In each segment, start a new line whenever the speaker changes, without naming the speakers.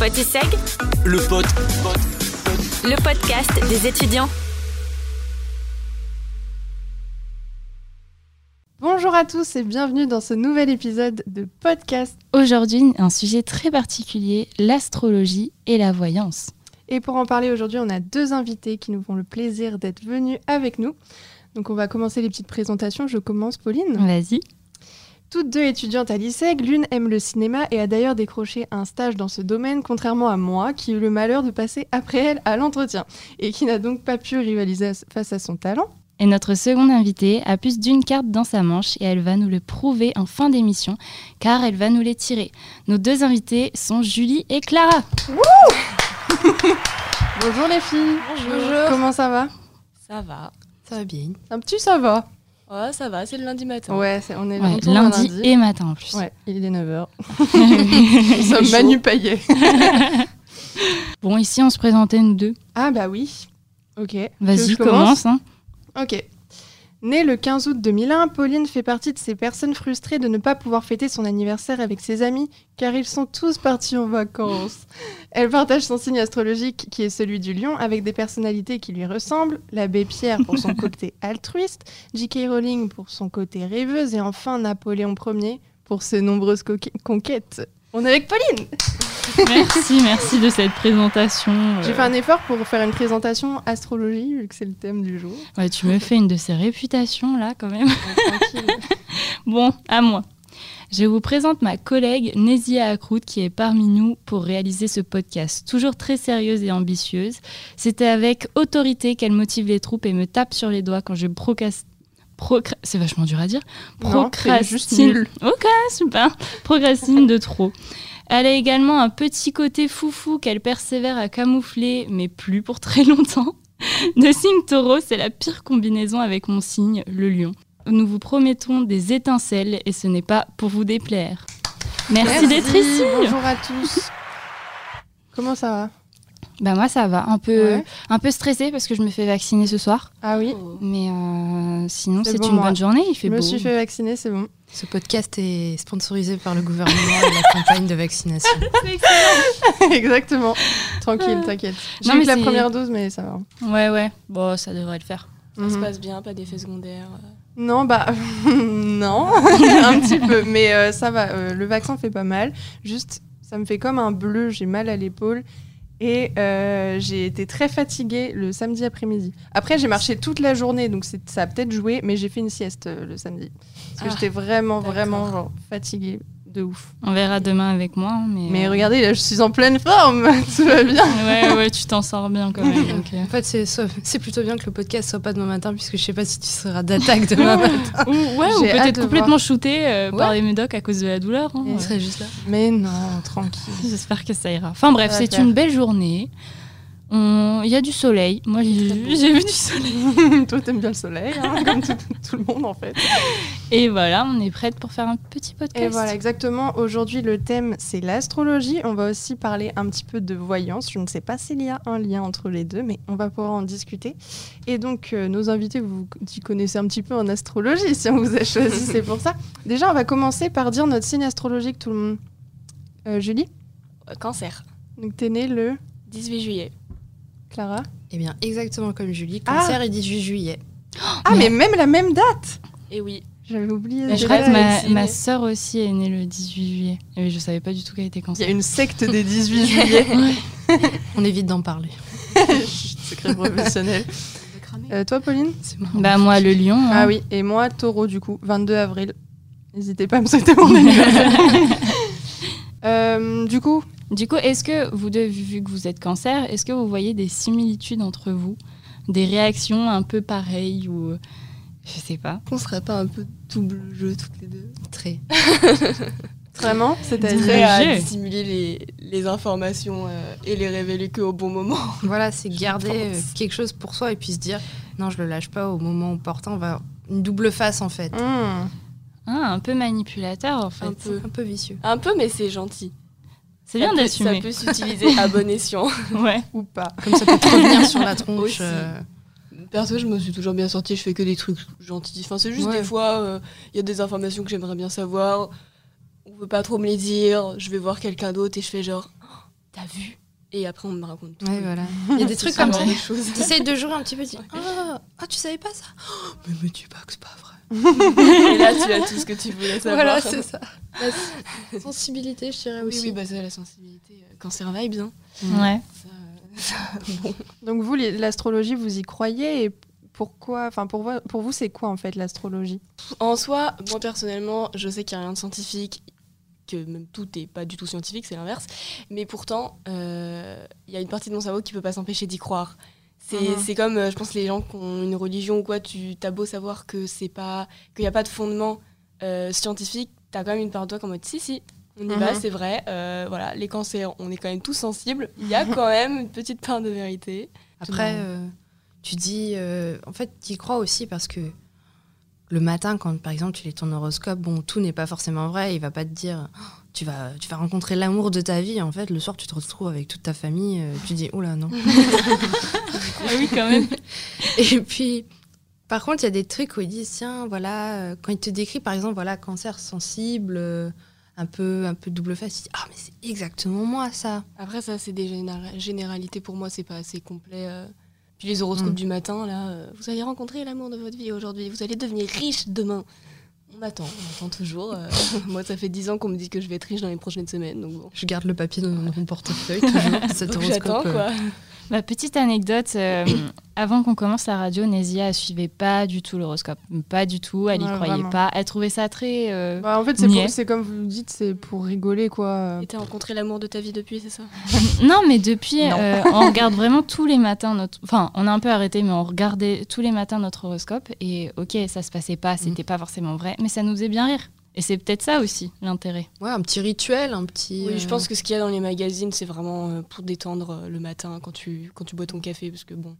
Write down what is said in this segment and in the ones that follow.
Potiseg,
Le pote.
le podcast des étudiants.
Bonjour à tous et bienvenue dans ce nouvel épisode de podcast.
Aujourd'hui, un sujet très particulier, l'astrologie et la voyance.
Et pour en parler aujourd'hui, on a deux invités qui nous font le plaisir d'être venus avec nous. Donc on va commencer les petites présentations. Je commence, Pauline.
Vas-y.
Toutes deux étudiantes à l'ISEG, l'une aime le cinéma et a d'ailleurs décroché un stage dans ce domaine, contrairement à moi, qui eut le malheur de passer après elle à l'entretien et qui n'a donc pas pu rivaliser face à son talent.
Et notre seconde invitée a plus d'une carte dans sa manche et elle va nous le prouver en fin d'émission car elle va nous les tirer. Nos deux invités sont Julie et Clara.
Bonjour les filles.
Bonjour.
Comment ça va
Ça va. Ça va bien.
Un petit ça va.
Ouais, ça va, c'est le lundi matin.
Ouais, c'est- on est
Ouais,
on tourne un
lundi, et matin en plus.
ben, Ouais, il est 9h.
Oui.
Nous sommes Manu Payet.
bon, ici on se présentait nous deux.
Ah bah oui. Ok. Que
Vas-y,
je
commence. hein.
Ok. Née le 15 août 2001, Pauline fait partie de ces personnes frustrées de ne pas pouvoir fêter son anniversaire avec ses amis car ils sont tous partis en vacances. Elle partage son signe astrologique qui est celui du lion avec des personnalités qui lui ressemblent, l'abbé Pierre pour son côté altruiste, J.K. Rowling pour son côté rêveuse et enfin Napoléon Ier pour ses nombreuses coqui- conquêtes. On est avec Pauline
merci, merci de cette présentation. euh.
J'ai fait un effort pour faire une présentation astrologie vu que c'est le thème du jour.
Ouais, tu me fais une de ces réputations là quand même.
Tranquille.
Bon, à moi. Je vous présente ma collègue Nézia Akrout qui est parmi nous pour réaliser ce podcast. Toujours très sérieuse et ambitieuse, c'était avec autorité qu'elle motive les troupes et me tape sur les doigts quand je procrastine. C'est vachement dur à dire.
Non, c'est juste
Procrastine. Ok, super. Procrastine de trop. Elle a également un petit côté foufou qu'elle persévère à camoufler, mais plus pour très longtemps. Le signe taureau, c'est la pire combinaison avec mon signe, le lion. Nous vous promettons des étincelles et ce n'est pas pour vous déplaire. Merci, d'être ici.
Bonjour à tous. Comment ça va
Bah moi ça va, un peu
Ouais.
un peu stressée parce que je me fais vacciner ce soir,
Ah oui,
mais euh, sinon
C'est
c'est
bon,
une
moi.
bonne journée, il
je
fait
me
beau.
suis fait vacciner, c'est bon.
Ce podcast est sponsorisé par le gouvernement et la campagne de vaccination.
Exactement. Tranquille, t'inquiète. J'ai
Ah. Non,
eu
mais
que la
c'est-
première dose, mais ça va.
Ouais ouais, bon ça devrait le faire.
Ça se
Mhm.
passe bien, pas d'effets secondaires. euh.
Non, bah non, un petit peu, mais euh, ça va. euh, le vaccin fait pas mal. Juste, ça me fait comme un bleu. J'ai mal à l'épaule. Et euh, j'ai été très fatiguée le samedi après-midi. Après, j'ai marché toute la journée, donc c'est- ça a peut-être joué, mais j'ai fait une sieste euh, le samedi. Parce que
Ah,
j'étais vraiment,
d'accord.
vraiment genre, fatiguée de ouf.
On verra demain avec moi hein, mais
Mais
euh,
regardez, là, je suis en pleine forme, tout va bien.
Ouais ouais, tu t'en sors bien quand même. donc, euh.
En fait, c'est sauf- c'est plutôt bien que le podcast soit pas demain matin, puisque je sais pas si tu seras d'attaque demain matin.
Ou, ouais, ou
J'ai hâte
peut-être
de
complètement shooté euh, par
Ouais.
les médocs à cause de la douleur. hein,
On
ouais.
serait juste là.
Mais non, tranquille.
J'espère que ça ira. Enfin bref,
Ça va
c'est
faire.
une belle journée. On- Il y a du soleil. Moi j'ai
très
vu
beau.
j'ai vu du soleil.
Toi, t'aimes bien le soleil, hein, comme tout, tout le monde en fait.
Et voilà, on est prête pour faire un petit podcast.
Et voilà, exactement. Aujourd'hui, le thème, c'est l'astrologie. On va aussi parler un petit peu de voyance. Je ne sais pas s'il y a un lien entre les deux, mais on va pouvoir en discuter. Et donc, euh, nos invités, vous y connaissez un petit peu en astrologie, si on vous a choisi, c'est pour ça. Déjà, on va commencer par dire notre signe astrologique, tout le monde. Euh, Julie,
Cancer,
donc t'es née le
18 juillet.
Clara.
Eh bien, exactement comme Julie,
Ah.
cancer et 18 juillet.
Ah, mais même la même date
Et Eh oui,
J'avais oublié.
Mais
Bah, Je
je
crois
rêve,
que ma,
Maxime.
ma sœur aussi est née le 18 juillet. Et je savais pas du tout qu'elle était
Il y
cancer.
a une secte des 18 juillet.
On évite d'en parler.
Chut, Secret professionnel. Euh, toi, Pauline
C'est marrant.
Bah moi le lion. hein.
Ah oui, et moi, taureau du coup, 22 avril. N'hésitez pas à me souhaiter mon anniversaire. Euh, du coup,
Du coup, est-ce que vous deux, vu que vous êtes cancer, est-ce que vous voyez des similitudes entre vous Des réactions un peu pareilles ou... euh, Je sais pas.
qu'on serait pas un peu double jeu toutes les deux
Très.
vraiment,
Très
Prêt
c'est-à-dire.
jeu.
à dissimuler les, les informations euh, et les révéler que au bon moment.
Voilà, c'est garder
pense.
euh, quelque chose pour soi et puis se dire non, je le lâche pas au moment opportun. On va une double face en fait.
Hmm.
Ah, un peu manipulateur en fait.
Un peu.
Un peu vicieux.
Un peu, mais c'est gentil.
C'est bien
Ça peut-
d'assumer.
Ça peut s'utiliser à bon escient.
Ouais.
Ou pas.
Comme ça peut te revenir sur la tronche.
Aussi.
euh,
Perso, je me suis toujours bien sortie, je fais que des trucs gentils. Enfin, c'est juste
Ouais.
des fois, euh, il y a des informations que j'aimerais bien savoir. On veut pas trop me les dire. Je vais voir quelqu'un d'autre et je fais genre. oh,
T'as vu
Et après, on me raconte tout.
Ouais, voilà.
Il y a des trucs comme ça. Des choses.
T'essayes de jouer un petit peu. tu dis, Ah, ah, tu savais pas ça Oh, Mais me dis pas que c'est pas vrai.
Et là, tu as tout ce que tu voulais savoir.
Voilà, c'est ça.
Sensibilité, je dirais
Oui,
aussi.
oui, bah, c'est la sensibilité. euh, Cancer vibe, hein.
Ouais.
Ça,
Donc vous, les- l'astrologie, vous y croyez et pourquoi Enfin, pour, vo- pour vous, c'est quoi en fait l'astrologie
En soi, moi personnellement, je sais qu'il n'y a rien de scientifique, que même tout n'est pas du tout scientifique, c'est l'inverse. Mais pourtant, euh, il y a une partie de mon cerveau qui ne peut pas s'empêcher d'y croire. C'est
Mhm.
c'est comme, euh, je pense, les gens qui ont une religion ou quoi, tu as beau savoir que c'est pas qu'il n'y a pas de fondement euh, scientifique, tu as quand même une part de toi qui est en mode si, si. On y va,
Mhm.
c'est vrai. euh, voilà, les cancers, on est quand même tous sensibles. Il y a quand même une petite part de vérité.
Après, euh, tu dis. euh, en fait, tu y crois aussi parce que le matin, quand par exemple tu lis ton horoscope, bon, tout n'est pas forcément vrai. Il va pas te dire. Oh, Tu vas, tu vas rencontrer l'amour de ta vie. En fait, le soir, tu te retrouves avec toute ta famille. euh, tu dis, oula, non.
Ah oui, quand même.
Et puis, par contre, il y a des trucs où ils disent, tiens, voilà, euh, quand il te décrit, par exemple, voilà, cancer sensible, euh, un peu, un peu double face, il dit, ah, mais c'est exactement moi, ça.
Après, ça, c'est des généra- généralités. Pour moi, c'est pas assez complet. euh. Puis les horoscopes
Mm.
du matin, là, euh, vous allez rencontrer l'amour de votre vie aujourd'hui. Vous allez devenir riche demain. On attend, on attend toujours. euh. moi, ça fait 10 ans qu'on me dit que je vais être riche dans les prochaines semaines. Donc bon.
Je garde le papier dans mon portefeuille, toujours, cet
Donc,
horoscope.
j'attends,
euh,
quoi.
Ma petite anecdote, euh, avant qu'on commence la radio, Nézia, elle suivait pas du tout l'horoscope. Pas du tout, elle y
Ouais,
croyait
vraiment.
pas. Elle trouvait ça très... euh,
Bah, En fait, c'est pour-
Niais.
c'est comme vous le dites, c'est pour rigoler quoi.
Et t'as rencontré l'amour de ta vie depuis, c'est ça
Non, mais depuis,
Non.
euh, on regarde vraiment tous les matins notre. Enfin, on a un peu arrêté, mais on regardait tous les matins notre horoscope. Et ok, ça se passait
Mm.
pas, c'était pas forcément vrai, mais ça nous faisait bien rire. Et c'est peut-être ça aussi l'intérêt.
euh, Ouais, un petit rituel, un petit...
Oui, je
euh,
pense que ce qu'il y a dans les magazines, c'est vraiment euh, pour détendre euh, le matin quand tu, quand tu bois ton café. Parce que bon.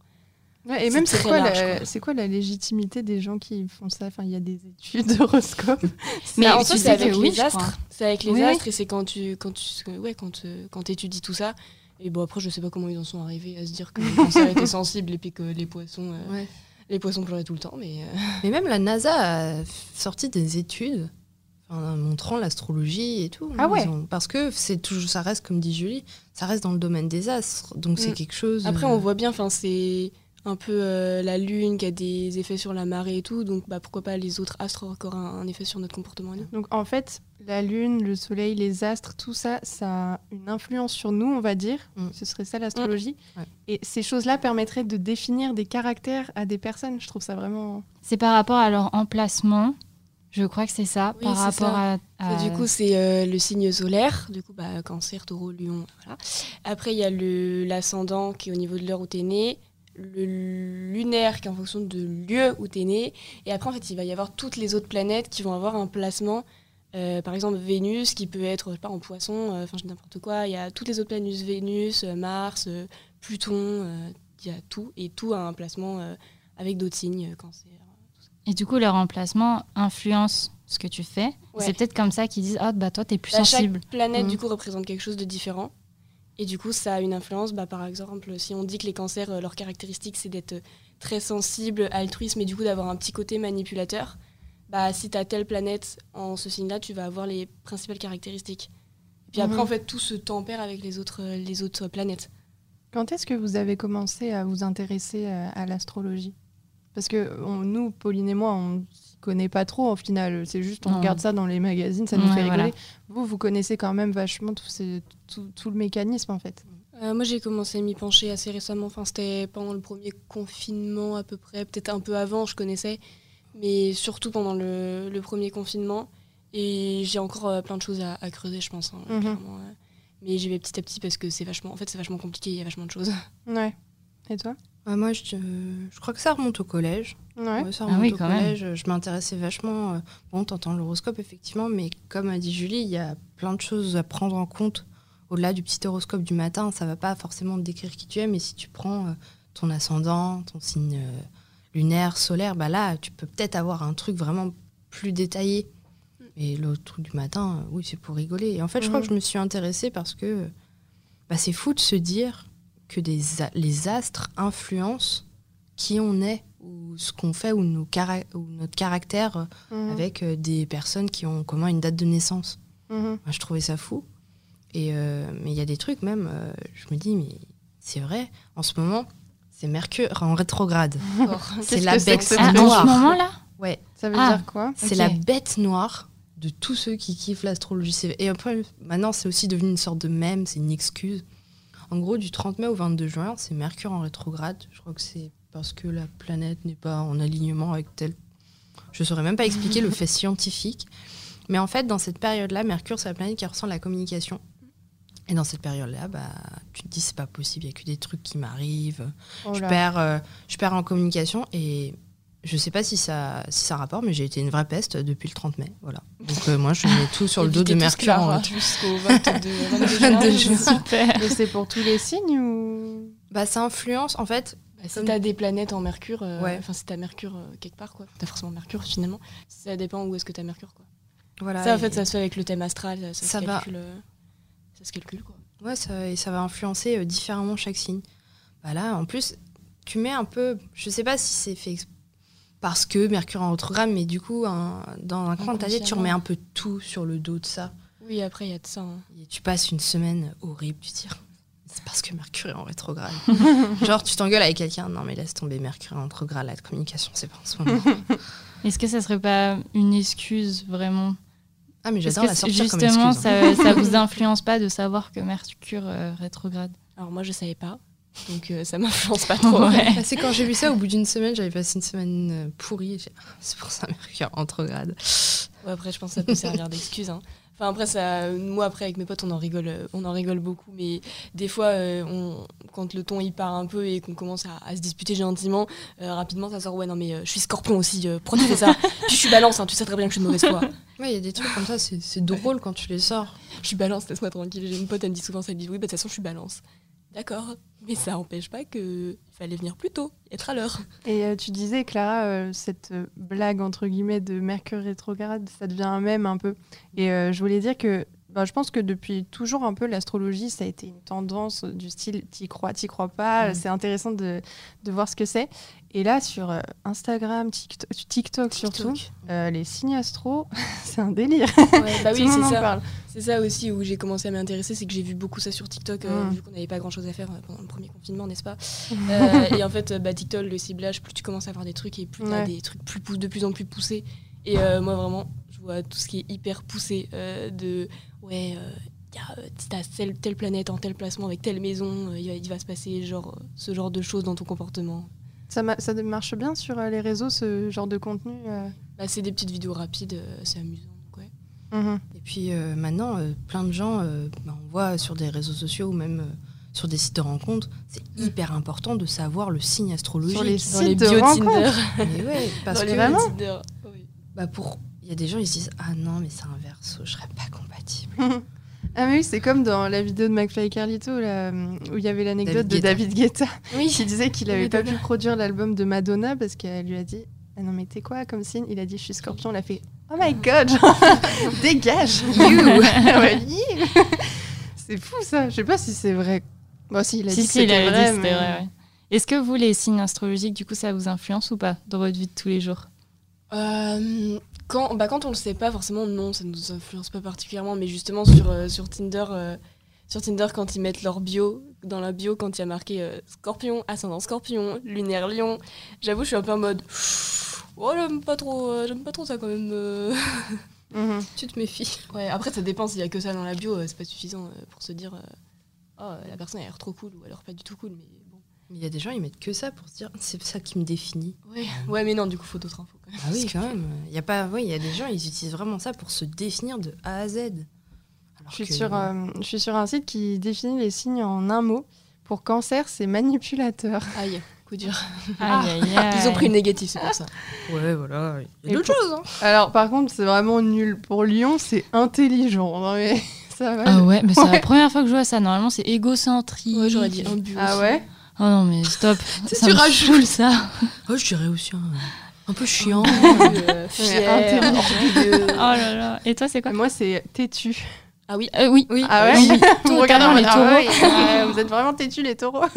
Ouais,
C'est
et même, c'est
très
quoi,
large,
la-
quoi.
c'est quoi la légitimité des gens qui font ça Enfin, il y a des études d'horoscope.
Mais
Bah, en
tu
soi,
sais
c'est avec
que
les
oui, je crois.
astres. C'est avec les
Oui, oui.
astres et c'est quand tu, quand tu, ouais, quand, euh, quand étudies tout ça. Et bon après, je sais pas comment ils en sont arrivés à se dire que le cancer était sensible et puis que les poissons, euh,
ouais.
les poissons pleuraient tout le temps. Mais euh,
Mais même la NASA a f- sorti des études enfin, montrant l'astrologie et tout.
Ah
Ils
ouais.
ont- Parce que c'est toujours, ça reste, comme dit Julie, ça reste dans le domaine des astres. Donc c'est
Mm.
quelque chose...
après,
euh,
on voit bien. Enfin, c'est un peu euh, la lune qui a des effets sur la marée et tout. Donc, bah pourquoi pas les autres astres auraient encore un, un effet sur notre comportement à nous.
Donc en fait, la lune, le soleil, les astres, tout ça, ça a une influence sur nous, on va dire.
Mm.
Ce serait ça l'astrologie.
Mm. Ouais.
Et ces choses-là permettraient de définir des caractères à des personnes. Je trouve ça vraiment.
C'est par rapport à leur emplacement. Je crois que c'est ça.
Oui,
par
c'est
rapport
ça.
à. à-
Et Du coup, c'est euh, le signe solaire, du coup, bah, cancer, taureau, lion. Voilà. Après, il y a le- l'ascendant qui est au niveau de l'heure où tu es né, le lunaire qui est en fonction de lieu où tu es né, et après, en fait, il va y avoir toutes les autres planètes qui vont avoir un placement. Euh, par exemple, Vénus qui peut être, je sais pas, en poisson, euh, enfin, je dis n'importe quoi. Il y a toutes les autres planètes, Vénus, euh, Mars, euh, Pluton, euh, il y a tout, et tout a un placement euh, avec d'autres signes, euh, cancer.
Et du coup, leur emplacement influence ce que tu fais.
Ouais.
C'est peut-être comme ça qu'ils disent Ah, bah toi, t'es plus
Bah,
sensible. Mm.
Chaque planète,
Mhm.
du coup, représente quelque chose de différent. Et du coup, ça a une influence. Bah, par exemple, si on dit que les cancers, euh, leur caractéristique, c'est d'être euh, très sensible, altruiste, mais du coup, d'avoir un petit côté manipulateur, bah, si tu as telle planète en ce signe-là, tu vas avoir les principales caractéristiques. Et puis
Mm.
après,
Mhm.
en fait, tout se tempère avec les autres, euh, les autres planètes.
Quand est-ce que vous avez commencé à vous intéresser à, à l'astrologie Parce que on- nous, Pauline et moi, on s'y connaît pas trop en final. C'est juste on
Non.
regarde ça dans les magazines, ça nous
Ouais,
fait rigoler.
voilà.
Vous, vous connaissez quand même vachement tout, ces- tout- tout le mécanisme en fait.
Euh, moi, j'ai commencé à m'y pencher assez récemment. Enfin, c'était pendant le premier confinement à peu près, peut-être un peu avant, je connaissais, mais surtout pendant le, le premier confinement. Et j'ai encore euh, plein de choses à, à creuser, je pense. hein,
Mhm.
clairement, ouais. Mais j'y vais petit à petit parce que c'est vachement, en fait, c'est vachement compliqué. Il y a vachement de choses.
Ouais. Et toi
ouais, moi, je, euh, je crois que ça remonte au collège.
Ouais.
Ouais, ça
Ah
remonte
oui,
au
quand même.
collège. Je m'intéressais vachement. euh, Bon, t'entends l'horoscope, effectivement, mais comme a dit Julie, il y a plein de choses à prendre en compte. Au-delà du petit horoscope du matin, ça va pas forcément te décrire qui tu es, mais si tu prends euh, ton ascendant, ton signe euh, lunaire, solaire, bah là, tu peux peut-être avoir un truc vraiment plus détaillé. Et le truc du matin, euh, oui, c'est pour rigoler. Et en fait, je crois
Mhm.
que je me suis intéressée parce que euh, bah, c'est fou de se dire que des a- les astres influencent qui on est ou ce qu'on fait ou, nos cara- ou notre caractère euh,
Mhm.
avec euh, des personnes qui ont en commun une date de naissance.
Mhm.
Moi, je trouvais ça fou. Et, euh, mais il y a des trucs même, euh, je me dis, mais c'est vrai, en ce moment, c'est Mercure en rétrograde. c'est
Qu'est-ce
la
que c'est que
bête
ce
Ah, en ce
noire.
moment-là
Ouais,
Ça veut
Ah.
dire quoi
c'est
Ok.
la bête noire de tous ceux qui kiffent l'astrologie. C'est- Et après, maintenant, c'est aussi devenu une sorte de mème, c'est une excuse. En gros, du 30 mai au 22 juin, c'est Mercure en rétrograde. Je crois que c'est parce que la planète n'est pas en alignement avec tel. Je saurais même pas expliquer le fait scientifique. Mais en fait, dans cette période-là, Mercure, c'est la planète qui ressent la communication. Et dans cette période-là, bah, tu te dis, c'est pas possible, il y a que des trucs qui m'arrivent
Oh
je
là.
perds, euh, je perds en communication et je sais pas si ça, si ça rapporte, mais j'ai été une vraie peste depuis le 30 mai. Voilà. Donc euh, moi, je mets tout sur le dos de
Évitez tout hein.
Mercure. euh, en
Clara
mode-
Jusqu'au 22, 22
22
juin.
juin.
Super.
Et c'est pour tous les signes ou
Bah, ça influence. En fait,
Bah, si t'as des planètes en Mercure, euh,
Ouais.
enfin si t'as Mercure euh, quelque part, quoi. T'as forcément Mercure finalement. Ça dépend où est-ce que t'as Mercure, quoi.
voilà.
ça, en
et-
fait, ça se fait avec le thème astral. Ça, ça
Bah, Ça
se
va.
calcule. euh, ça se calcule, quoi.
Ouais, ça, et ça va influencer euh, différemment chaque signe. Bah là, en plus, tu mets un peu. Je sais pas si c'est fait exp- parce que Mercure en rétrograde, mais du coup, un- dans un coin de ta tête, tu remets un peu tout sur le dos de ça.
Oui, après, il y a de ça. hein.
Et tu passes une semaine horrible, tu te dis c'est parce que Mercure est en rétrograde. Genre, tu t'engueules avec quelqu'un, non mais laisse tomber Mercure est en rétrograde, la communication c'est pas en ce moment.
Est-ce que ça serait pas une excuse vraiment
Ah, mais
Est-ce
j'adore
que
la
c'est-
sortir comme
justement
excuse. hein.
ça, ça vous influence pas de savoir que Mercure euh, rétrograde
Alors, moi, je savais pas. Donc, euh, ça m'influence pas trop.
Ouais.
Bah, c'est quand j'ai vu ça, au bout d'une semaine, j'avais passé une semaine euh, pourrie. et j'ai- Ah, C'est pour ça Mercure en rétrograde.
Ouais, après, je pense que ça peut servir d'excuse. hein. Enfin, après, ça, moi, après, avec mes potes, on en rigole, euh, on en rigole beaucoup. Mais des fois, euh, on, quand le ton il part un peu et qu'on commence à, à se disputer gentiment, euh, rapidement, ça sort Ouais, non, mais euh, je suis scorpion aussi, euh, pourquoi tu fais ça Puis je suis balance, hein, tu sais très bien que je suis de mauvaise foi.
Ouais, il y a des trucs comme ça, c'est c'est drôle quand tu les sors.
Je suis balance, laisse-moi tranquille. J'ai une pote, elle me dit souvent ça, elle me dit Oui, bah, de toute façon, je suis balance. D'accord, mais ça empêche pas que il fallait venir plus tôt, être à l'heure.
Et euh, tu disais, Clara, euh, cette euh, blague entre guillemets de Mercure rétrograde, ça devient un mème un peu. Et euh, je voulais dire que bah, je pense que depuis toujours un peu, l'astrologie, ça a été une tendance euh, du style t'y crois, t'y crois pas,
Mm.
c'est intéressant de, de voir ce que c'est. Et là, sur euh, Instagram, TikTok, TikTok surtout, euh, les signes astro, c'est un délire.
Ouais, bah
Tout le monde en parle.
C'est ça aussi où j'ai commencé à m'intéresser, c'est que j'ai vu beaucoup ça sur TikTok, euh,
Mm.
vu qu'on n'avait pas grand chose à faire euh, pendant le premier confinement, n'est-ce pas Euh, Et en fait, euh, bah, TikTok, le ciblage, plus tu commences à voir des trucs et plus t'as
Ouais.
des trucs plus pou- de plus en plus poussés. Et euh, moi, vraiment, je vois tout ce qui est hyper poussé euh, de ouais, euh, y a, euh, t'as telle, telle planète en tel placement avec telle maison, euh, il va- il va se passer genre, euh, ce genre de choses dans ton comportement.
Ça, ma- ça marche bien sur euh, les réseaux, ce genre de contenu. euh.
Bah, c'est des petites vidéos rapides, euh, c'est amusant. donc ouais.
Et puis euh, maintenant, euh, plein de gens, euh, bah, on voit sur des réseaux sociaux ou même euh, sur des sites de rencontres, c'est
Mm.
hyper important de savoir le signe astrologique.
Sur les
Dans
sites
les
de
bio Tinder.
rencontres.
Mais ouais, parce
Dans
que
les
vraiment,
bio Tinder, oui.
bah pour il y a des gens ils se disent ah non mais c'est un verso je serais pas compatible
Ah mais oui, c'est comme dans la vidéo de McFly et Carlito là, où il y avait l'anecdote
David
de David
Guetta.
Guetta
oui.
qui disait qu'il n'avait pas
Madonna.
pu produire l'album de Madonna parce qu'elle lui a dit ah non mais t'es quoi comme signe Il a dit je suis scorpion, elle a fait oh my god, genre, dégage, you. Ouais, you. c'est fou ça, je sais pas si c'est vrai. Bon si il a
Si,
dit que
si, il
c'était
avait
vrai,
dit, c'était
mais-
vrai, ouais. Est-ce que vous, les signes astrologiques, du coup, ça vous influence ou pas dans votre vie de tous les jours
Euh, quand, bah, quand on le sait pas, forcément, non, ça nous influence pas particulièrement. Mais justement, sur, euh, sur Tinder, euh, sur Tinder, quand ils mettent leur bio, dans la bio, quand il y a marqué euh, scorpion, ascendant scorpion, lunaire lion, j'avoue, je suis un peu en mode. Oh, j'aime pas trop, euh, j'aime pas trop ça quand même. euh.
Mhm.
tu te méfies
Ouais, après, ça dépend, s'il y a que ça dans la bio, euh, c'est pas suffisant euh, pour se dire. euh, oh, la personne a l'air trop cool ou alors pas du tout cool, mais bon.
mais il y a des gens ils mettent que ça pour se dire c'est ça qui me définit
Ouais, ouais mais non, du coup, faut d'autres infos quand même.
ah oui quand même il y a pas oui il y a des gens ils utilisent vraiment ça pour se définir de A à Z Alors
Je suis,
que-
sur, euh, je suis sur un site qui définit les signes en un mot. Pour cancer, c'est manipulateur.
Aïe, coup dur.
Aïe, aïe, aïe.
Ils ont pris le négatif, c'est pour ça.
ouais voilà il
Et
y a d'autres
pour-
choses hein.
Alors par contre, c'est vraiment nul. Pour Lyon, c'est intelligent. Non mais ça va.
Ah ouais, mais c'est la première fois que je vois ça. Normalement, c'est égocentrique.
Ouais, j'aurais dit
hein.
un bio.
Ah
aussi.
ouais
Oh non, mais stop. ça
tu
me
rajoutes.
saoule, ça.
oh je dirais aussi un, un peu chiant
Euh,
fier,
Oh là là. Et toi, c'est quoi
Ah, Moi, c'est têtu.
Ah oui,
Euh, Oui.
oui
Ah ouais Vous
totalement,
regardez en mode,
les
ah ouais,
taureaux.
euh, Vous êtes vraiment têtu, les taureaux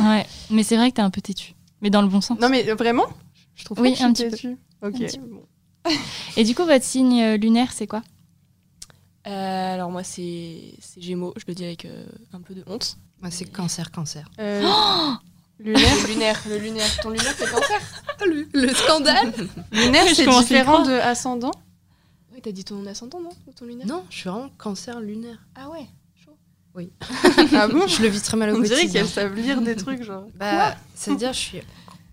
Ouais. Mais c'est vrai que t'es un peu têtu. Mais dans le bon sens.
Non, mais euh, vraiment Je trouve
Oui,
pas que
un
je suis
petit
têtu. Ok.
Un petit
bon.
Et du coup, votre signe euh, lunaire, c'est quoi
Euh, alors moi, c'est c'est Gémeaux, je le dis avec euh, un peu de honte.
Moi, c'est cancer, cancer.
Euh,
Oh
Le lunaire, le lunaire. Ton lunaire, c'est cancer
Le, scandale
lunaire,
Je
c'est
commence à y
différent
croire.
de ascendant.
Oui, t'as dit ton ascendant, non Ou ton lunaire
Non, je suis vraiment cancer lunaire.
Ah ouais, chaud.
ah bon
Je le vis très mal au
On dirait
quotidien.
qu'elles savent lire des trucs, genre.
Bah, c'est-à-dire, je suis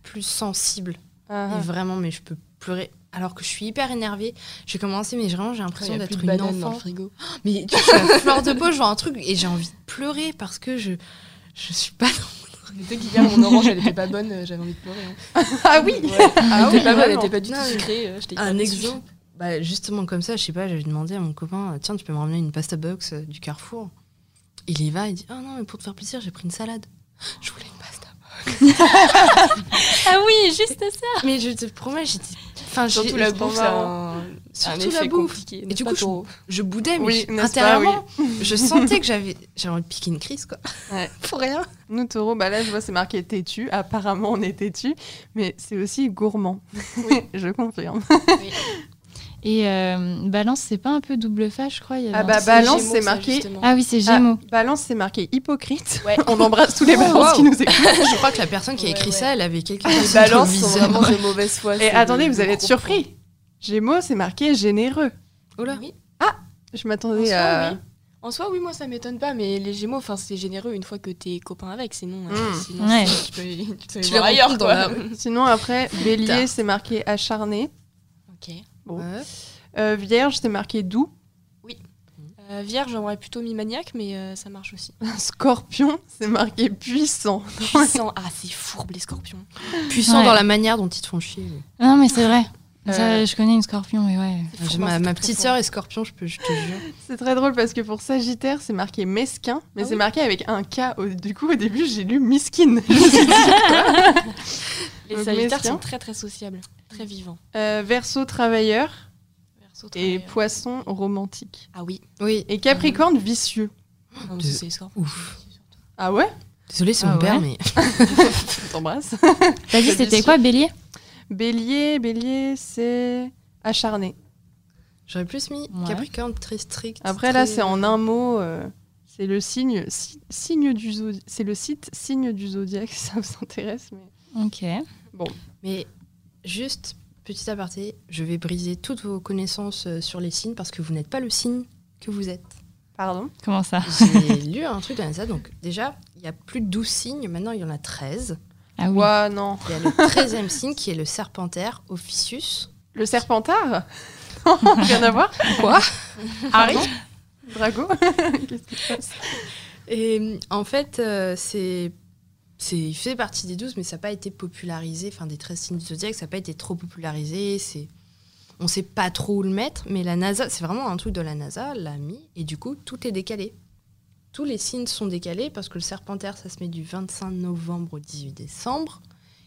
plus sensible.
Ah,
Et vraiment, mais je peux pleurer. Alors que je suis hyper énervée. J'ai commencé, mais vraiment, j'ai l'impression d'être une
dans le
enfant.
frigo.
Mais tu vois, je suis à fleur de peau, je vois un truc et j'ai envie de pleurer parce que je, je suis pas.
Dès qu'hier, mon orange, elle était pas bonne, euh, j'avais envie de pleurer. hein.
Ah oui
Ouais.
Ah
Elle était pas bonne, elle
vraiment.
était pas du tout
Non, mais-
sucrée. euh, j'étais
Un
hyper
exemple bah, Justement, comme ça, je sais pas, j'avais demandé à mon copain Tiens, tu peux me ramener une pasta box euh, du Carrefour Il y va, il dit Ah non, mais pour te faire plaisir, j'ai pris une salade. Je voulais une pasta.
Ah oui, juste ça.
Mais je te promets, j'étais. Enfin, j'ai-
Surtout la
j'étais
bouffe, hein. c'est
marrant.
un, un
Surtout
effet
la bouffe.
compliqué.
du coup, je- Je boudais, mais
Oui,
je-
n'est-ce pas,
intérieurement, je sentais que j'avais j'avais envie de piquer une crise, quoi.
Ouais.
pour rien.
Nous, taureau, bah là, je vois, c'est marqué têtu. Apparemment, on est têtu, mais c'est aussi gourmand. je confirme.
Et euh, Balance, c'est pas un peu double face, je crois. il y avait
Ah
un
bah,
truc-
balance, c'est marqué.
Ah oui, c'est Gémeaux.
Ah, balance, c'est marqué hypocrite.
Ouais.
On embrasse tous les
Oh,
balances
wow.
qui nous écoutent.
Je crois que la personne qui a
Ouais,
écrit
ouais.
ça, elle avait quelqu'un
Les
sur le
balances sont
viseur.
vraiment de mauvaise foi.
Et
c'est
attendez,
le-
vous
le
allez être
gros
surpris. Gémeaux, c'est marqué généreux.
Oh là.
Oui.
Je
En
m'attendais
soi,
à.
oui. En soi, oui, moi ça m'étonne pas, mais les Gémeaux, enfin, c'est généreux une fois que t'es copain avec, sinon, euh,
Hmm.
Mm.
sinon,
Ouais.
tu peux, tu peux
Tu
voir
les
ailleurs
rencontres
quoi.
dans la
Sinon, après, bélier,
Tard.
c'est marqué acharné.
Ok.
Ouais.
Euh, vierge, c'est marqué doux.
Euh, vierge, j'aimerais plutôt mi maniaque, mais euh, ça marche aussi.
Scorpion, c'est marqué puissant.
Puissant, ah c'est fourbe les Scorpions.
Puissant
Ouais.
dans la manière dont ils te font chier.
Non, mais c'est vrai.
Euh,
Ça, je connais une scorpion, mais ouais.
C'est fourbe,
J'ai
hein,
ma,
c'est
ma
très,
petite
très
sœur est scorpion, je, peux, je te jure.
C'est très drôle parce que pour Sagittaire, c'est marqué mesquin, mais
Ah
c'est
oui.
marqué avec un K. Au- Du coup, au début, j'ai lu miskin. Je me suis dit,
fourbe. Les
Donc,
Sagittaires
Mesquin.
sont très très sociables, très vivants.
Euh, verso, travailleur.
Verseau,
Et
travailleur.
poisson, romantique.
Ah oui,
Oui.
Et capricorne, vicieux.
non, mais
Deux.
c'est les Scorpions.
Ouf. Bah,
Ah ouais
Désolée, c'est
Ah
mon père,
ouais.
mais.
On t'embrasse.
T'as dit c'était quoi, Bélier
bélier, bélier, c'est acharné.
J'aurais plus mis
Ouais.
Capricorne très strict.
Après, là,
très-
c'est en un mot. euh, c'est le signe, si- signe du zodi- C'est le site signe du zodiaque, si ça vous intéresse. Mais...
Ok.
Mais juste, petit aparté, je vais briser toutes vos connaissances euh, sur les signes parce que vous n'êtes pas le signe que vous êtes.
Pardon
Comment ça
J'ai lu un truc dans ça, donc déjà, il y a plus de 12 signes, maintenant il y en a 13.
Ah oui.
Ouah, non.
Il y a le 13e signe qui est le serpentaire, Ophiuchus.
Le serpentard Non, Rien à voir
Quoi
Harry Drago Qu'est-ce qui se passe
Et euh, en fait, euh, c'est. c'est- Il fait partie des 12, mais ça n'a pas été popularisé. Enfin, des 13 signes du zodiaque, ça n'a pas été trop popularisé. C'est, on ne sait pas trop où le mettre, mais la NASA, c'est vraiment un truc de la NASA, l'a mis, et du coup, tout est décalé. Tous les signes sont décalés parce que le serpentaire, ça se met du 25 novembre au 18 décembre.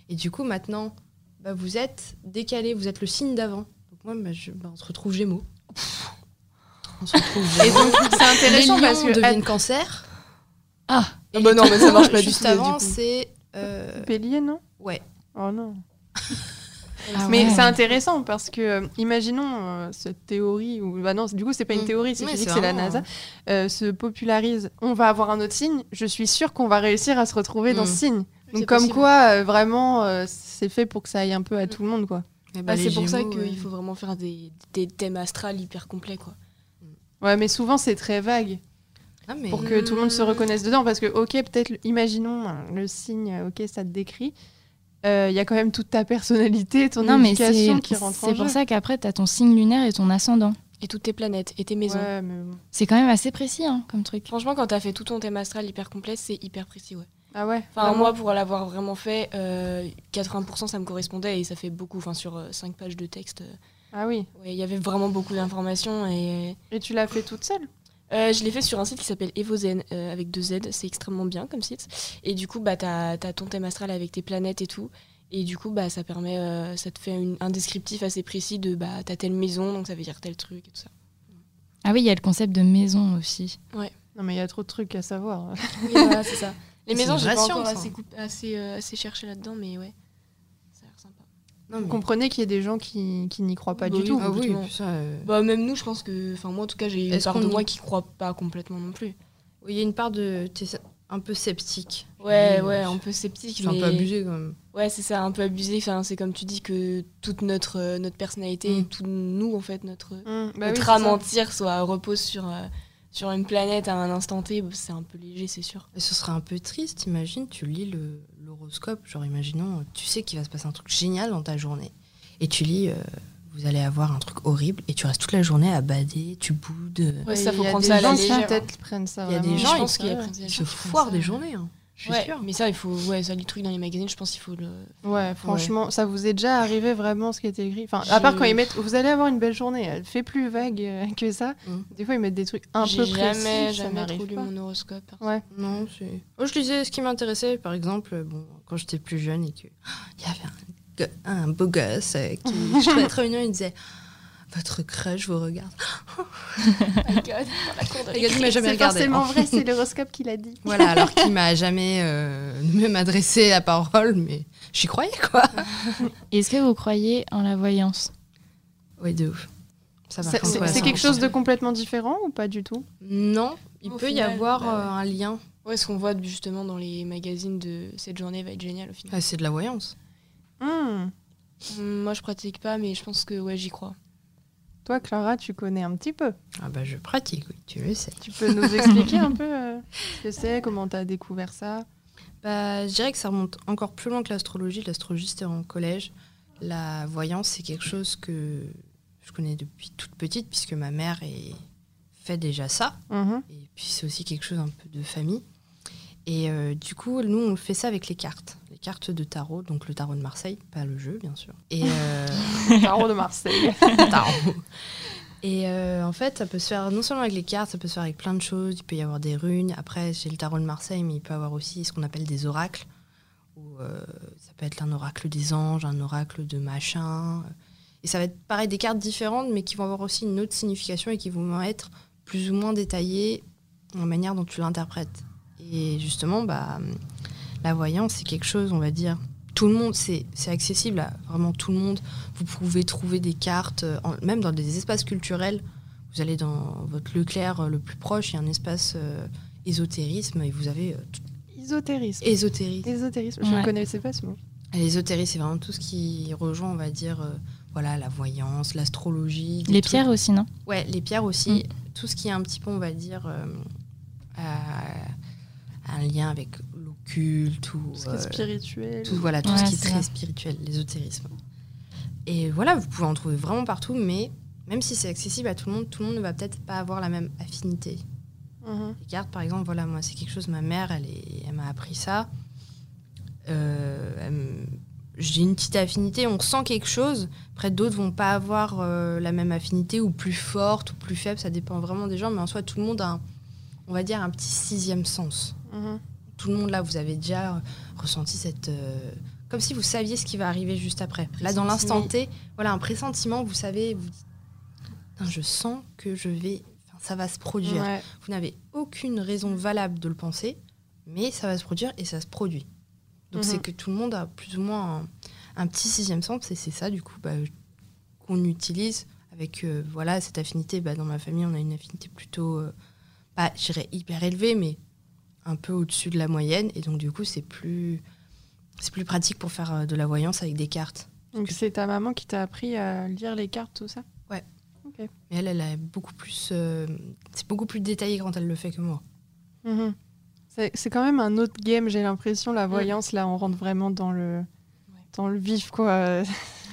Et du coup, maintenant, bah, vous êtes décalé, vous êtes le signe d'avant. Donc, moi, bah, je- bah, on se retrouve Gémeaux. On se retrouve
Et
Gémeaux.
donc, c'est
Les
intéressant
lions
parce que.
deviennent cancer.
Ah.
Et
Ah bah non, mais ça marche pas du
juste
tout, là, du
avant,
coup.
c'est. euh,
Bélier, non
ouais.
Oh non.
Ah
Mais
ouais.
c'est intéressant parce que, euh, imaginons, euh, cette théorie, ou bah non, du coup, c'est pas une
Mm.
théorie, c'est
Ouais,
physique,
c'est
c'est la
vraiment,
NASA, euh, se popularise. On va avoir un autre signe, je suis sûre qu'on va réussir à se retrouver dans
Mm.
ce signe.
c'est
Donc, comme
possible.
quoi, euh, vraiment, euh, c'est fait pour que ça aille un peu à
Mm.
tout le monde, quoi.
Bah, c'est pour ça qu'il faut vraiment faire des, des thèmes astrales hyper complets quoi.
Ouais, mais souvent, c'est très vague
Ah,
pour que tout le monde se reconnaisse dedans. Parce que, ok, peut-être, imaginons, hein, le signe, ok, ça te décrit. Euh, Il y a quand même toute ta personnalité, ton
Non, mais c'est
éducation qui rentre en
c'est
jeu.
pour ça qu'après, t'as ton signe lunaire et ton ascendant.
Et toutes tes planètes et tes maisons.
Ouais, mais bon.
C'est quand même assez précis hein, comme truc.
Franchement, quand t'as fait tout ton thème astral hyper complet, c'est hyper précis, ouais.
Ah ouais
Enfin,
vraiment.
moi, pour l'avoir vraiment fait, euh, 80% ça me correspondait et ça fait beaucoup. Enfin, sur 5 pages de texte, euh,
Ah oui.
ouais, il y avait vraiment beaucoup d'informations. Et
Et tu l'as fait toute seule
euh, je l'ai fait sur un site qui s'appelle Evozen euh, avec deux Z. C'est extrêmement bien comme site. Et du coup, bah, t'as as ton thème astral avec tes planètes et tout. Et du coup, bah, ça permet, euh, ça te fait une- un descriptif assez précis de bah, t'as telle maison, donc ça veut dire tel truc et tout ça.
Ah oui, il y a le concept de maison aussi.
Non, mais il y a trop de trucs à savoir.
Oui, voilà, c'est ça. Les
C'est
maisons,
une
j'ai
vraie
pas encore
science,
assez,
hein.
coup- assez, euh, assez cherché là-dedans, mais ouais, ça a l'air sympa.
Non, mais-
Comprenez qu'il y a des gens qui, qui n'y croient pas
Bah
du
oui,
tout.
Ah oui,
complètement.
ça, euh,
Bah, même nous, je pense que. Enfin, moi, en tout cas, j'ai une
Est-ce
part
qu'on
de
y-
moi qui croit pas complètement non plus.
oui, il y a une part de. T'es un peu sceptique.
Ouais,
Oui,
ouais,
euh,
un peu sceptique.
C'est un
mais-
peu abusé quand même.
Ouais, c'est ça, un peu abusé. Enfin, c'est comme tu dis que toute notre, euh, notre personnalité,
Mm.
tout nous, en fait, notre,
Hum, bah oui,
notre
c'est ça.
âme entière soit repose sur, euh, sur une planète à un instant T, bah, c'est un peu léger, c'est sûr.
Et ce serait un peu triste, imagine, tu lis le- l'horoscope, genre imaginons, euh, tu sais qu'il va se passer un truc génial dans ta journée, et tu lis, euh, vous allez avoir un truc horrible, et tu restes toute la journée à bader, tu boudes, euh,
Ouais, ça,
il
faut
y a
prendre
des
ça à la
gens
légère.
qui peut-être prennent ça.
Il y a des
vraiment.
gens,
je pense
ils-
qu'il y a
ouais.
plein de gens
ils
qui
se
font
foirent
ça.
des journées, hein, je suis
Ouais,
sûre.
mais ça, il faut. Ouais, ça, les trucs dans les magazines, je pense qu'il faut le.
Ouais, franchement, ça vous est déjà arrivé vraiment ce qui était écrit. Enfin, à
Je-
part quand ils mettent, vous allez avoir une belle journée. Elle fait plus vague euh, que ça.
Mm.
Des fois, ils mettent des trucs un peu
J'ai
précis.
jamais,
ça
jamais trop
m'arrive
lu
pas.
mon horoscope. hein. perso.
Ouais.
Non, c'est... Moi, je lisais ce qui m'intéressait, par exemple, euh, bon, quand j'étais plus jeune et que il y avait un, go- un beau gosse euh, qui, je trouvais très mignon, il disait... Votre crush vous regarde.
Oh my God, dans la cour de
Ah, Le gars, il m'a jamais
C'est
regardé.
forcément
hein.
vrai, c'est l'horoscope qui l'a dit.
Voilà, alors qu'il m'a jamais euh, même adressé la parole, mais j'y croyais quoi.
Est-ce que vous croyez en la voyance
Oui, de ouf. Ça
Ça- C'est
ouais,
c'est
ça,
quelque
on
chose
sent.
de complètement différent ou pas du tout
Non, il
Au
peut
final,
y avoir
bah ouais.
euh, un lien.
Ouais, ce qu'on voit justement dans les magazines de cette journée va être génial au final.
Ah, c'est de la voyance.
Hmm.
Hum, Moi, je pratique pas, mais je pense que ouais, j'y crois.
Toi, Clara, tu connais un petit peu.
Ah bah je pratique, oui, tu le sais.
Tu peux nous expliquer un peu euh, ce que c'est, comment tu as découvert ça
Bah, je dirais que ça remonte encore plus loin que l'astrologie. L'astrologie, c'était en collège. La voyance, c'est quelque chose que je connais depuis toute petite, puisque ma mère est- fait déjà ça.
Mm-hmm.
Mhm.
Et puis c'est aussi quelque chose un peu de famille. Et euh, du coup, nous, on fait ça avec les cartes. Les cartes de tarot, donc le tarot de Marseille, pas le jeu, bien sûr. Et euh,
Tarot de Marseille.
le tarot. Et euh, en fait, ça peut se faire non seulement avec les cartes, ça peut se faire avec plein de choses. Il peut y avoir des runes. Après, j'ai le tarot de Marseille, mais il peut y avoir aussi ce qu'on appelle des oracles. Où, euh, ça peut être un oracle des anges, un oracle de machin. Et ça va être pareil, des cartes différentes, mais qui vont avoir aussi une autre signification et qui vont être plus ou moins détaillées dans la manière dont tu l'interprètes. Et justement, bah, la voyance, c'est quelque chose, on va dire, tout le monde, c'est c'est accessible à vraiment tout le monde. Vous pouvez trouver des cartes, euh, en- même dans des espaces culturels. Vous allez dans votre Leclerc euh, le plus proche, il y a un espace euh, ésotérisme et vous avez euh, tout-
Ésotérisme.
ésotérisme.
Ésotérisme, je ne
Ouais.
connaissais pas ce mot.
L'ésotérisme, c'est vraiment tout ce qui rejoint, on va dire, euh, voilà, la voyance, l'astrologie. des
Les
trucs-
pierres Mm. aussi, non
Ouais, les pierres aussi. Tout ce qui est un petit peu, on va dire, euh, à- un lien avec l'occulte ou
Parce que
euh,
spirituel.
tout, voilà, tout
Ouais,
ce qui est
c'est ça.
très spirituel, l'ésotérisme. Et voilà, vous pouvez en trouver vraiment partout, mais même si c'est accessible à tout le monde, tout le monde ne va peut-être pas avoir la même affinité.
Mhm.
Les cartes, par exemple, voilà, moi, c'est quelque chose, ma mère, elle, est- elle m'a appris ça. Euh, elle me- J'ai une petite affinité, on ressent quelque chose. Après, d'autres vont pas avoir euh, la même affinité, ou plus forte, ou plus faible, ça dépend vraiment des gens, mais en soi, tout le monde a, un- on va dire, un petit sixième sens.
Mhm.
Tout le monde, là, vous avez déjà euh, ressenti cette. euh, comme si vous saviez ce qui va arriver juste après. Là, dans l'instant T, voilà, un pressentiment, vous savez, vous dites, Putain, je sens que je vais. enfin, Ça va se produire.
Ouais.
Vous n'avez aucune raison valable de le penser, mais ça va se produire et ça se produit. Donc
Mhm.
c'est que tout le monde a plus ou moins un, un petit sixième sens et c'est ça du coup bah, qu'on utilise avec euh, voilà cette affinité. Bah, dans ma famille, on a une affinité plutôt, euh, pas je dirais hyper élevée, mais un peu au-dessus de la moyenne et donc du coup c'est plus c'est plus pratique pour faire euh, de la voyance avec des cartes.
Donc c'est ta maman qui t'a appris à lire les cartes, tout ça
Mais elle, elle a beaucoup plus, euh, c'est beaucoup plus détaillé quand elle le fait que moi.
Mhm. Mm. C'est c'est quand même un autre game, j'ai l'impression. La voyance, là, on rentre vraiment dans le, dans le vif, quoi.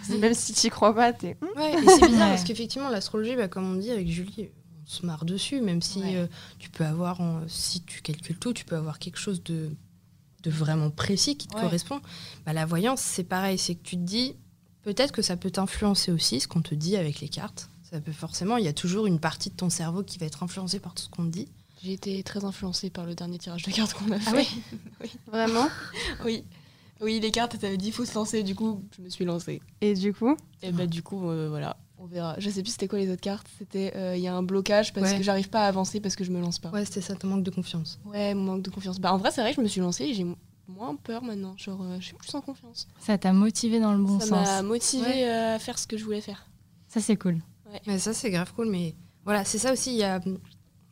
Même si tu crois pas, t'es. Hum,
Ouais, et c'est bizarre
Ouais.
parce qu'effectivement, l'astrologie, bah, comme on dit avec Julie, on se marre dessus, même si
Ouais.
euh, tu peux avoir, en- si tu calcules tout, tu peux avoir quelque chose de, de vraiment précis qui te
Ouais.
correspond. Bah, la voyance, c'est pareil, c'est que tu te dis, peut-être que ça peut t'influencer aussi, ce qu'on te dit avec les cartes. Ça peut forcément, il y a toujours une partie de ton cerveau qui va être influencée par tout ce qu'on te dit.
J'ai été très influencée par le dernier tirage de cartes qu'on a fait.
Vraiment
Oui, oui, les cartes, t'avais dit faut se lancer, du coup, je me suis lancée.
Et du coup
Et bah du coup, euh, voilà, on verra. Je sais plus c'était quoi les autres cartes. C'était euh, il y a un blocage parce
Ouais.
que j'arrive pas à avancer parce que je me lance pas. Ouais,
Ouais, c'était ça, ton manque de confiance.
mon manque de confiance. Bah en vrai, c'est vrai, que je me suis lancée. et J'ai moins peur maintenant. Genre, euh, je suis plus en confiance.
Ça t'a motivé dans le bon
ça
sens.
m'a motivée
Ouais.
euh, à faire ce que je voulais faire.
Ça, c'est cool.
Mais ça, c'est grave cool. Mais voilà, c'est ça aussi. il Y a...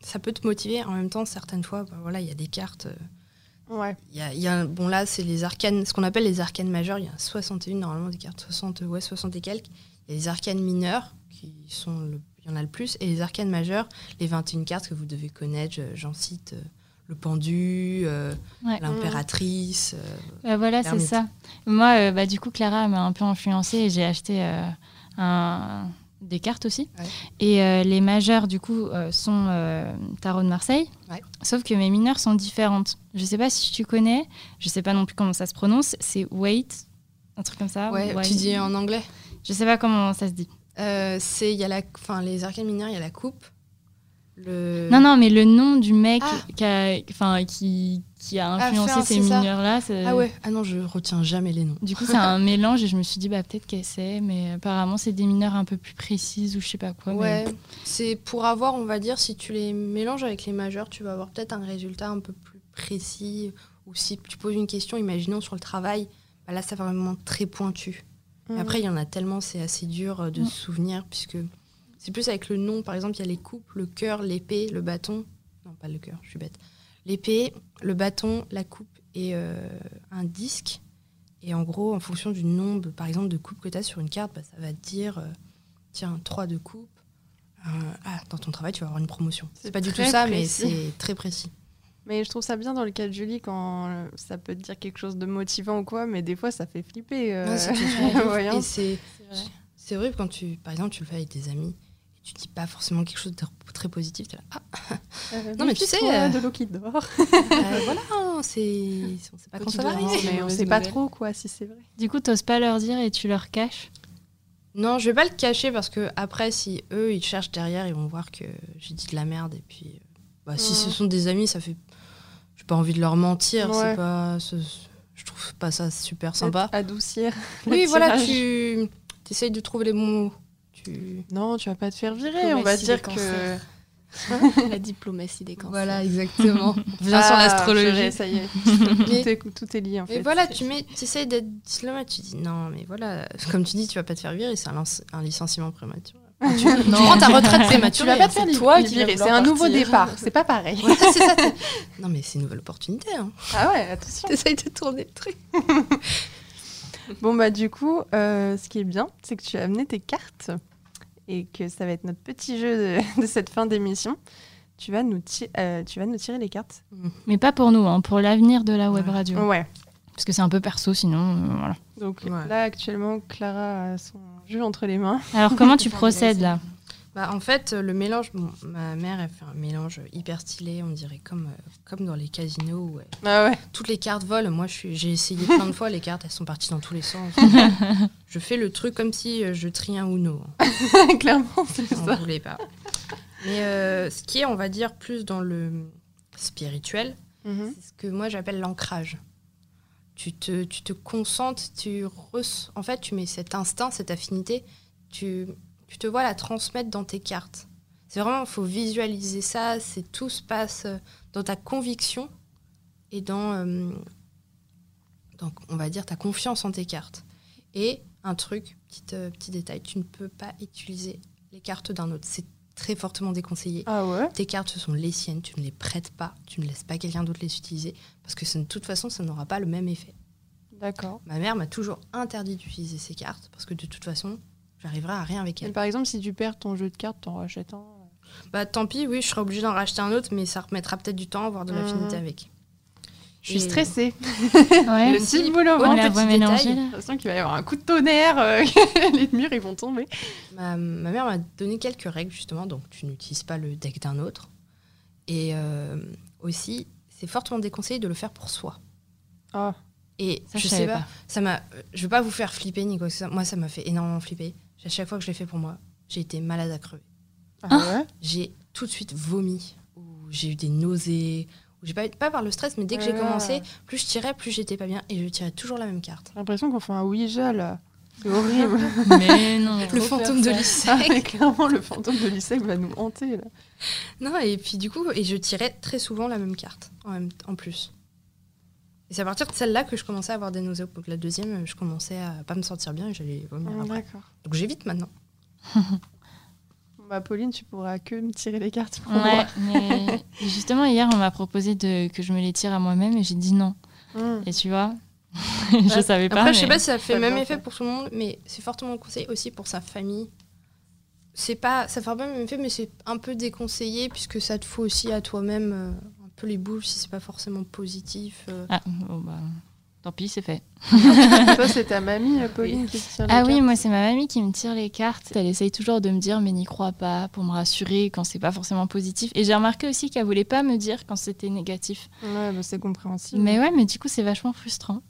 Ça peut te motiver. En même temps, certaines fois, bah, voilà, il y a des cartes. euh,
Ouais.
Il y a, il y a un- bon, là, c'est les arcanes, ce qu'on appelle les arcanes majeures. Il y a 61 normalement, des cartes 60, ouais, 60 et quelques. Il y a les arcanes mineures, qui sont le- il y en a le plus, et les arcanes majeures, les 21 cartes que vous devez connaître. je- J'en cite euh, le pendu, euh,
Ouais.
l'impératrice. euh,
Bah voilà, c'est
L'ermite.
ça. Moi, euh, bah, du coup, Clara m'a un peu influencée et j'ai acheté euh, un- des cartes aussi.
Ouais.
Et euh, les majeures, du coup, euh, sont euh, Tarot de Marseille.
Ouais.
Sauf que mes mineures sont différentes. Je sais pas si tu connais, je sais pas non plus comment ça se prononce. C'est Wait, un truc comme ça.
ouais,
Wait.
tu dis en anglais.
Je sais pas comment ça se dit.
Euh, c'est il y a la, enfin les arcanes mineures, il y a la coupe. Le...
Non, non, mais le nom du mec
Euh. Ah.
qui, a, enfin, qui, qui a
Ah,
influencé
fin,
ces
c'est ça.
mineurs-là. c'est-
Ah ouais. Ah non, je retiens jamais les noms.
Du coup, c'est un mélange et je me suis dit, bah, peut-être qu'elle sait, mais apparemment, c'est des mineurs un peu plus précises ou je sais pas quoi. mais-
Ouais, c'est pour avoir, on va dire, si tu les mélanges avec les majeurs, tu vas avoir peut-être un résultat un peu plus précis. Ou si tu poses une question, imaginons sur le travail, bah là, ça va vraiment très pointu.
Mhm.
Après, il y en a tellement, c'est assez dur euh, de
Mm.
se souvenir, puisque c'est plus avec le nom. Par exemple, il y a les coupes, le cœur, l'épée, le bâton. Non, pas le cœur, je suis bête. L'épée, le bâton, la coupe et euh, un disque. Et en gros, en fonction du nombre, par exemple, de coupes que tu as sur une carte, bah, ça va te dire, euh, tiens, 3 de coupe. Euh, ah, dans ton travail, tu vas avoir une promotion.
C'est
C'est pas du tout
très
ça, mais
précis.
c'est très précis.
Mais je trouve ça bien dans le cas de Julie quand euh, ça peut te dire quelque chose de motivant ou quoi, mais des fois ça fait flipper. euh,
Non, c'est quelque chose de ouf.
voyons.
Et c'est
C'est vrai.
C'est horrible quand tu, par exemple, tu le fais avec tes amis et tu dis pas forcément quelque chose de très positif. t'es là, ah,
non, mais tu sais.
euh,
De l'eau qui dort.
bah, voilà, hein, c'est, on sait pas quand
Petit
ça va
doigt.
arriver.
mais on
mauvaise
sait pas
nouvelle.
trop quoi si c'est vrai.
Du coup, t'oses pas leur dire et tu leur caches.
Non, je vais pas le cacher parce que après, si eux ils cherchent derrière, ils vont voir que j'ai dit de la merde et puis, euh, bah, si
Ouais.
ce sont des amis, ça fait, j'ai pas envie de leur mentir.
Ouais.
C'est pas, ce- je trouve pas ça super sympa.
Peut-être Adoucir. le
Oui, voilà,
tirage.
tu essayes de trouver les bons mots. Tu...
Non, tu vas pas te faire virer. On va
Diplomatie
dire
des
que.
cancers. La diplomatie des cancers.
exactement. Viens sur
Ah,
l'astrologie.
purée, Ça y est.
Mais-
tout, est tout est lié en
Mais
fait.
voilà, tu mets, essayes d'être diplomate, tu dis non, mais voilà, comme tu dis, tu vas pas te faire virer, c'est un, lance- un licenciement prématuré. Enfin, tu, tu prends ta retraite
Tu
prématurée.
vas pas
hein,
te faire
c'est
li-
toi qui vas
virer.
vouloir
C'est un nouveau
partir.
départ. C'est pas pareil.
Voilà, c'est ça. t'es- Non, mais c'est une nouvelle opportunité. Hein.
Ah ouais, attention.
T'essayes de tourner le truc.
Bon bah du coup, euh, ce qui est bien, c'est que tu as amené tes cartes et que ça va être notre petit jeu de, de cette fin d'émission. Tu vas nous ti- euh, tu vas nous tirer les cartes.
Mais pas pour nous, hein, pour l'avenir de la web
Ouais.
radio.
Ouais.
Parce que c'est un peu perso, sinon. euh, voilà.
Donc
Ouais.
là actuellement, Clara a son jus entre les mains.
Alors, comment tu
Faut
procèdes
organiser.
là
Bah, en fait, le mélange, bon, ma mère, elle fait un mélange hyper stylé, on dirait comme, euh, comme dans les casinos où elle-
Ah ouais.
toutes les cartes volent. Moi, je suis- j'ai essayé plein de fois, les cartes, elles sont parties dans tous les sens. je fais le truc comme si euh, je trie un Uno. hein.
Clairement, c'est
On
ça.
voulait pas. Mais euh, ce qui est, on va dire, plus dans le spirituel,
Mhm.
c'est ce que moi j'appelle l'ancrage. Tu te, tu te concentres, tu res- en fait, tu mets cet instinct, cette affinité, tu, tu te vois la transmettre dans tes cartes. C'est vraiment, il faut visualiser ça, c'est tout se passe euh, dans ta conviction et dans, euh, dans, on va dire, ta confiance en tes cartes. Et un truc, petit, euh, petit détail, tu ne peux pas utiliser les cartes d'un autre. C'est très fortement déconseillé.
Ah ouais.
Tes cartes, ce sont les siennes, tu ne les prêtes pas, tu ne laisses pas quelqu'un d'autre les utiliser, parce que ça- de toute façon, ça n'aura pas le même effet.
D'accord.
Ma mère m'a toujours interdit d'utiliser ces cartes, parce que de toute façon, j'arriverai à rien avec
Et
elles.
par exemple, si tu perds ton jeu de cartes, t'en rachètes un.
Bah tant pis, oui, je serai obligée d'en racheter un autre, mais ça remettra peut-être du temps, voire de
Mhm.
l'affinité avec.
Je suis
Et-
stressée.
Ouais.
Le petit boulot.
On
Oh,
la
petit
voit
détail.
mélanger
J'ai
là.
l'impression qu'il va y avoir un coup de tonnerre. euh, les murs, ils vont tomber.
Ma, ma mère m'a donné quelques règles, justement, donc tu n'utilises pas le deck d'un autre. Et euh, aussi, c'est fortement déconseillé de le faire pour soi.
Ah.
Et
Ça,
je,
je
sais
savais
pas,
pas.
ça m'a. euh, Je veux pas vous faire flipper, Nico. ça- Moi, ça m'a fait énormément flipper. À chaque fois que je l'ai fait pour moi, j'ai été malade à crever.
Ah ouais.
J'ai tout de suite vomi, ou j'ai eu des nausées, ou j'ai pas, pas par le stress, mais dès que j'ai
Ah.
commencé, plus je tirais, plus j'étais pas bien, et je tirais toujours la même carte.
J'ai l'impression qu'on fait un Ouija là. C'est horrible.
Mais non.
Le
Trop
fantôme de
peur, ça.
Ah,
l'ISEC.
mais clairement, le fantôme de l'ISEC va nous hanter. Là.
Non, et puis du coup, et je tirais très souvent la même carte en, même- en plus. Et c'est à partir de celle-là que je commençais à avoir des nausées. Donc la deuxième, je commençais à pas me sentir bien et j'allais vomir après.
Ah, Mmh, D'accord.
Donc j'évite maintenant.
Bah, Pauline, tu pourras que me tirer les cartes pour
Ouais,
moi.
mais justement, hier, on m'a proposé de, que je me les tire à moi-même et j'ai dit non.
Mmh.
Et tu vois, je savais pas.
Après, je sais
mais-
pas si ça fait
Pas
le même
bien
effet
fait.
pour tout le monde, mais c'est fortement conseillé aussi pour sa famille. C'est pas, ça fait pas le même effet, mais c'est un peu déconseillé puisque ça te faut aussi à toi-même euh, un peu les boules si c'est pas forcément positif. euh.
Ah, bon, bah, tant pis, c'est fait.
Toi, c'est ta mamie, euh, Pauline, qui te tient les
Ah oui,
cartes.
moi, c'est ma mamie qui me tire les cartes. Elle essaye toujours de me dire, mais n'y crois pas, pour me rassurer quand c'est pas forcément positif. Et j'ai remarqué aussi qu'elle voulait pas me dire quand c'était négatif.
Ouais, bah, c'est compréhensible.
Mais ouais, mais du coup, c'est vachement frustrant.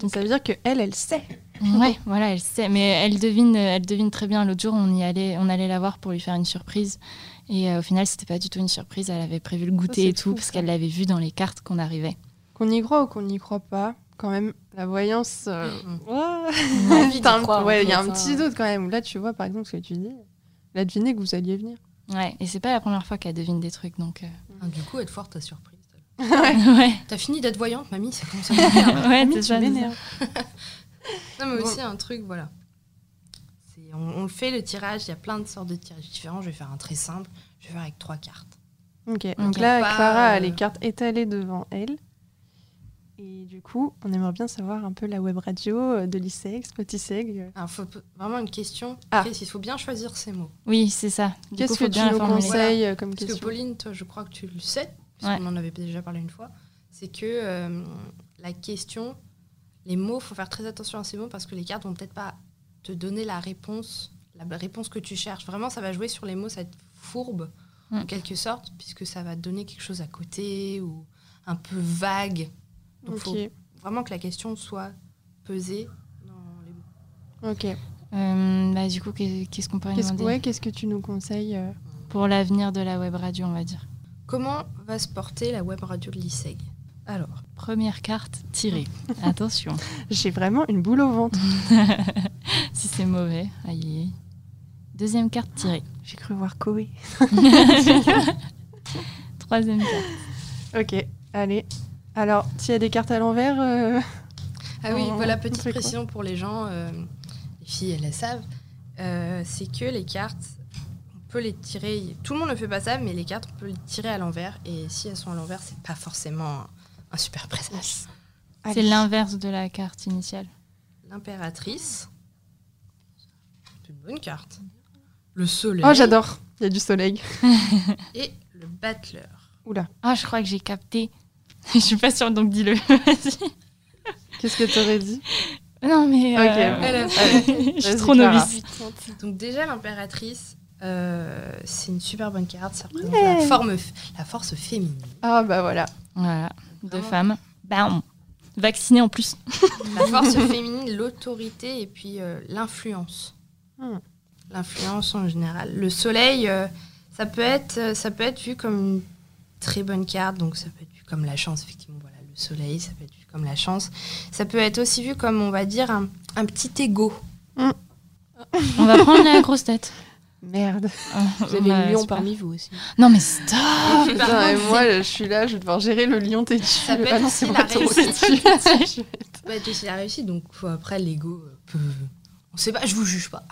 Donc, ça veut dire que elle, elle sait.
Ouais, voilà, elle sait, mais elle devine, elle devine très bien. L'autre jour, on y allait, on allait la voir pour lui faire une surprise, et euh, au final, c'était pas du tout une surprise. Elle avait prévu le goûter
Oh, c'est
et tout
fou,
parce
ça.
qu'elle l'avait vu dans les cartes qu'on arrivait.
Qu'on y croit ou qu'on n'y croit pas, quand même, la voyance.
Ah,
euh,
Mm,
ouah.
envie d'y
T'as un-
croire, en
ouais, il y a
fait,
un
hein.
petit doute quand même. Là, tu vois, par exemple, ce que tu dis. Elle a deviné que vous alliez venir.
Ouais, et c'est pas la première fois qu'elle devine des trucs, donc. euh,
Ah, du coup, être forte, ta surprise.
ouais,
T'as fini d'être voyante, mamie, ça commence à
ouais,
Ah, Mamie,
c'est
tu
ça, c'est ça.
m'énerves.
Non, mais
Bon.
aussi un truc, voilà. C'est- On, on le fait le tirage, il y a plein de sortes de tirages différents. Je vais faire un très simple, je vais faire avec trois cartes.
Ok, donc
Ok.
là,
Pas,
Clara a
euh,
les cartes étalées devant elle. Et du coup, on aimerait bien savoir un peu la web radio euh, de l'ISEG, Spotiseg. euh.
Alors, faut p- vraiment une question
Ah.
précise, il faut bien choisir ses mots.
Oui, c'est ça. Du
Qu'est-ce
coup, faut
que tu
bien la
nous
formuler.
conseilles euh, comme
Parce que
question
Pauline, toi, je crois que tu le sais, puisqu'on en avait déjà parlé une fois, c'est que euh, la question, les mots, faut faire très attention à ces mots parce que les cartes vont peut-être pas te donner la réponse, la réponse que tu cherches. Vraiment, ça va jouer sur les mots, ça va être fourbe en
Mm.
quelque sorte, puisque ça va te donner quelque chose à côté ou un peu vague. Donc,
Ok,
faut vraiment que la question soit pesée dans les mots.
ok.
Euh, bah, du coup, qu'est- qu'est-ce qu'on peut lui
Qu'est-ce que,
demander
ouais, qu'est-ce que tu nous conseilles euh,
pour l'avenir de la web radio, on va dire.
Comment va se porter la web radio de l'ISEG Alors.
Première carte tirée. Attention,
J'ai vraiment une boule au ventre.
si c'est mauvais, aïe. aïe, aïe. Deuxième carte tirée.
J'ai cru voir Koé.
Troisième carte.
Ok, allez. Alors, s'il y a des cartes à l'envers, euh,
Ah oui,
On-
voilà,
on
petite
fait quoi
précision pour les gens, euh, les filles, elles la savent, euh, c'est que les cartes, on peut les tirer, tout le monde ne fait pas ça, mais les cartes, on peut les tirer à l'envers, et si elles sont à l'envers, c'est pas forcément un, un super présage.
C'est
allez.
l'inverse de la carte initiale.
L'impératrice, c'est une bonne carte. Le soleil
Oh, j'adore. Il y a du soleil.
et le battleur.
Ah, je crois que j'ai capté. je suis pas sûre, donc dis-le.
Qu'est-ce que t'aurais dit
non, mais. euh,
Ok,
Elle a
je suis
Vas-y,
trop
Clara.
novice.
Donc déjà l'impératrice, euh, c'est une super bonne carte, ça représente
Ouais.
la, forme, f- la force féminine.
Ah, bah voilà.
Voilà, deux
Vraiment.
femmes. Bam Vaccinées en plus.
La force féminine, l'autorité et puis euh, l'influence.
Hmm.
L'influence en général. Le soleil, euh, ça, peut être, euh, ça peut être vu comme une très bonne carte, donc ça peut être vu comme la chance, effectivement. Voilà, le soleil, ça peut être vu comme la chance. Ça peut être aussi vu comme, on va dire, un, un petit ego.
On va prendre la grosse tête.
Merde.
Vous avez le lion parmi vous aussi.
Non, mais stop
Et puis, par
Ah, Putain, et
contre,
moi, je suis là, je vais devoir gérer le lion têtu.
Ça peut
Ah
être
non,
aussi
c'est
la
moi ton lion
réussite.
têtu. Je-
ça peut être aussi la réussite, donc faut- après, l'ego euh, peut. On sait pas, je vous juge pas.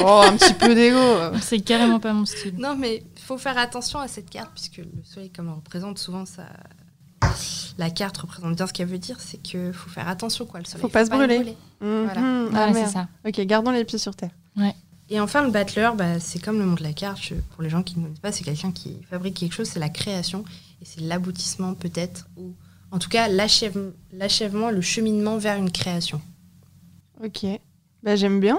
Oh, un petit peu d'ego.
C'est carrément pas mon style.
Non, mais faut faire attention à cette carte, puisque le soleil, comme on représente souvent, ça... la carte représente bien ce qu'elle veut dire, c'est que faut faire attention, quoi, le soleil.
Faut pas se
le
brûler.
Voilà.
Mhm, ah,
Voilà, c'est
merde.
ça.
Ok, gardons les pieds sur terre.
Et enfin, le battleur, bah, c'est comme le monde de la carte, je- pour les gens qui ne connaissent pas, c'est quelqu'un qui fabrique quelque chose, c'est la création, et c'est l'aboutissement peut-être, ou en tout cas l'achève- l'achèvement, le cheminement vers une création.
Ok. Bah, j'aime bien.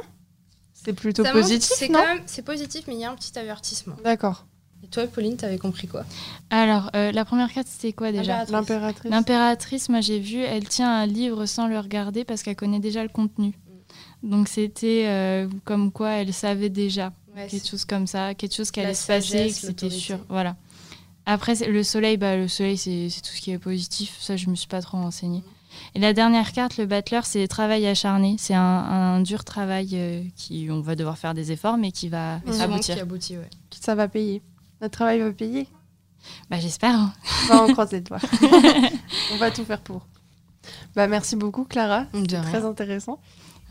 C'est plutôt
Ça montre- c'est
positif,
quand
non
même- C'est positif, mais il y a un petit avertissement.
D'accord.
Et toi, Pauline, t'avais compris quoi
Alors, euh, la première carte, c'était quoi déjà
Impératrice.
L'impératrice.
L'impératrice, moi j'ai vu, elle tient un livre sans le regarder parce qu'elle connaît déjà le contenu. Donc c'était euh, comme quoi elle savait déjà.
Ouais,
quelque chose comme ça, quelque chose qui
La
allait se passer, que
sagesse,
c'était
l'autorité.
sûr. Voilà. Après, c'est- le soleil, bah, le soleil, c'est c'est tout ce qui est positif. Ça, je me suis pas trop renseignée. Et la dernière carte, le battleur, c'est travail acharné. C'est un, un dur travail euh, qui, on va devoir faire des efforts, mais qui va
c'est souvent
aboutir.
qui aboutit, ouais.
Ça va payer. Notre travail va payer.
Bah, j'espère.
Enfin, on croise les doigts. on va tout faire pour. Bah, merci beaucoup, Clara.
De
C'était
rien.
très intéressant.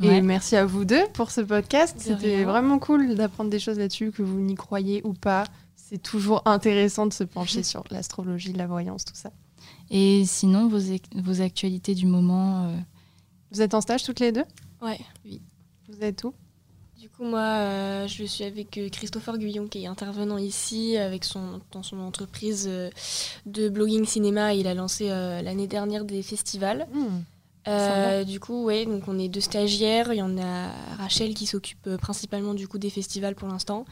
Ouais.
Et merci à vous deux pour ce podcast.
De
C'était
rien.
vraiment cool d'apprendre des choses là-dessus, que vous n'y croyez ou pas. C'est toujours intéressant de se pencher sur l'astrologie, la voyance, tout ça.
Et sinon, vos, ac- vos actualités du moment. euh,
Vous êtes en stage toutes les deux
Ouais.
Vous êtes où
Du coup, moi, euh, je suis avec euh, Christopher Guyon, qui est intervenant ici avec son, dans son entreprise euh, de blogging cinéma. Il a lancé euh, l'année dernière des festivals. Euh, du coup, ouais, donc on est deux stagiaires. Il y en a Rachel qui s'occupe euh, principalement du coup des festivals pour l'instant,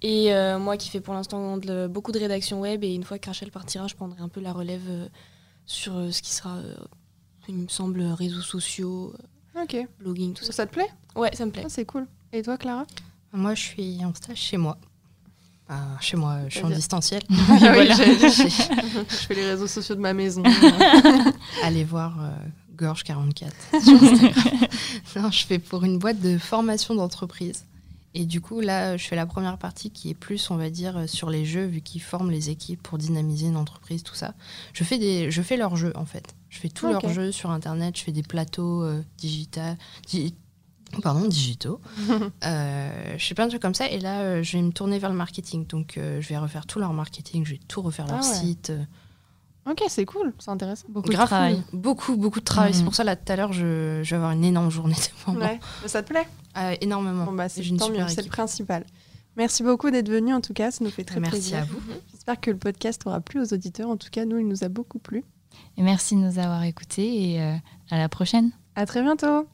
et euh, moi qui fais pour l'instant de- beaucoup de rédaction web. Et une fois que Rachel partira, je prendrai un peu la relève euh, sur euh, ce qui sera, euh, il me semble, réseaux sociaux, euh,
Ok.
blogging, tout
Ça,
ça.
ça te plaît
Ouais, ça me plaît.
Ah, C'est cool. Et toi, Clara
Moi, je suis en stage chez moi. Enfin, chez moi, je suis en
C'est-à-dire
distanciel.
Ah oui,
voilà.
j'allais dire, je je fais les réseaux sociaux de ma maison.
Allez voir euh, Gorge 44 sur Instagram. non, je fais pour une boîte de formation d'entreprise. Et du coup, là, je fais la première partie qui est plus, on va dire, euh, sur les jeux, vu qu'ils forment les équipes pour dynamiser une entreprise, tout ça. Je fais, des, je fais leurs jeux, en fait. Je fais tous
Ok.
leurs jeux sur Internet. Je fais des plateaux euh, digita- di- pardon, digitaux. Euh, je fais plein de trucs comme ça. Et là, euh, je vais me tourner vers le marketing. Donc, euh, je vais refaire tout leur marketing. Je vais tout refaire leur
Ah ouais.
site. euh,
ok, c'est cool, c'est intéressant.
Beaucoup de
Grave,
travail.
Beaucoup, beaucoup de travail. C'est
Mhm.
pour ça, là, tout à l'heure, je, je vais avoir une énorme journée devant moi.
Mais ça te plaît
Euh, énormément.
Bon, bah, c'est
J'ai une
tant mieux,
super
c'est le
équipe. Bah,
principal. Merci beaucoup d'être venu en tout cas, ça nous fait très
Merci
plaisir.
à vous.
J'espère que le podcast aura plu aux auditeurs. En tout cas, nous, il nous a beaucoup plu.
Et merci de nous avoir écoutés et euh, à la prochaine.
À très bientôt.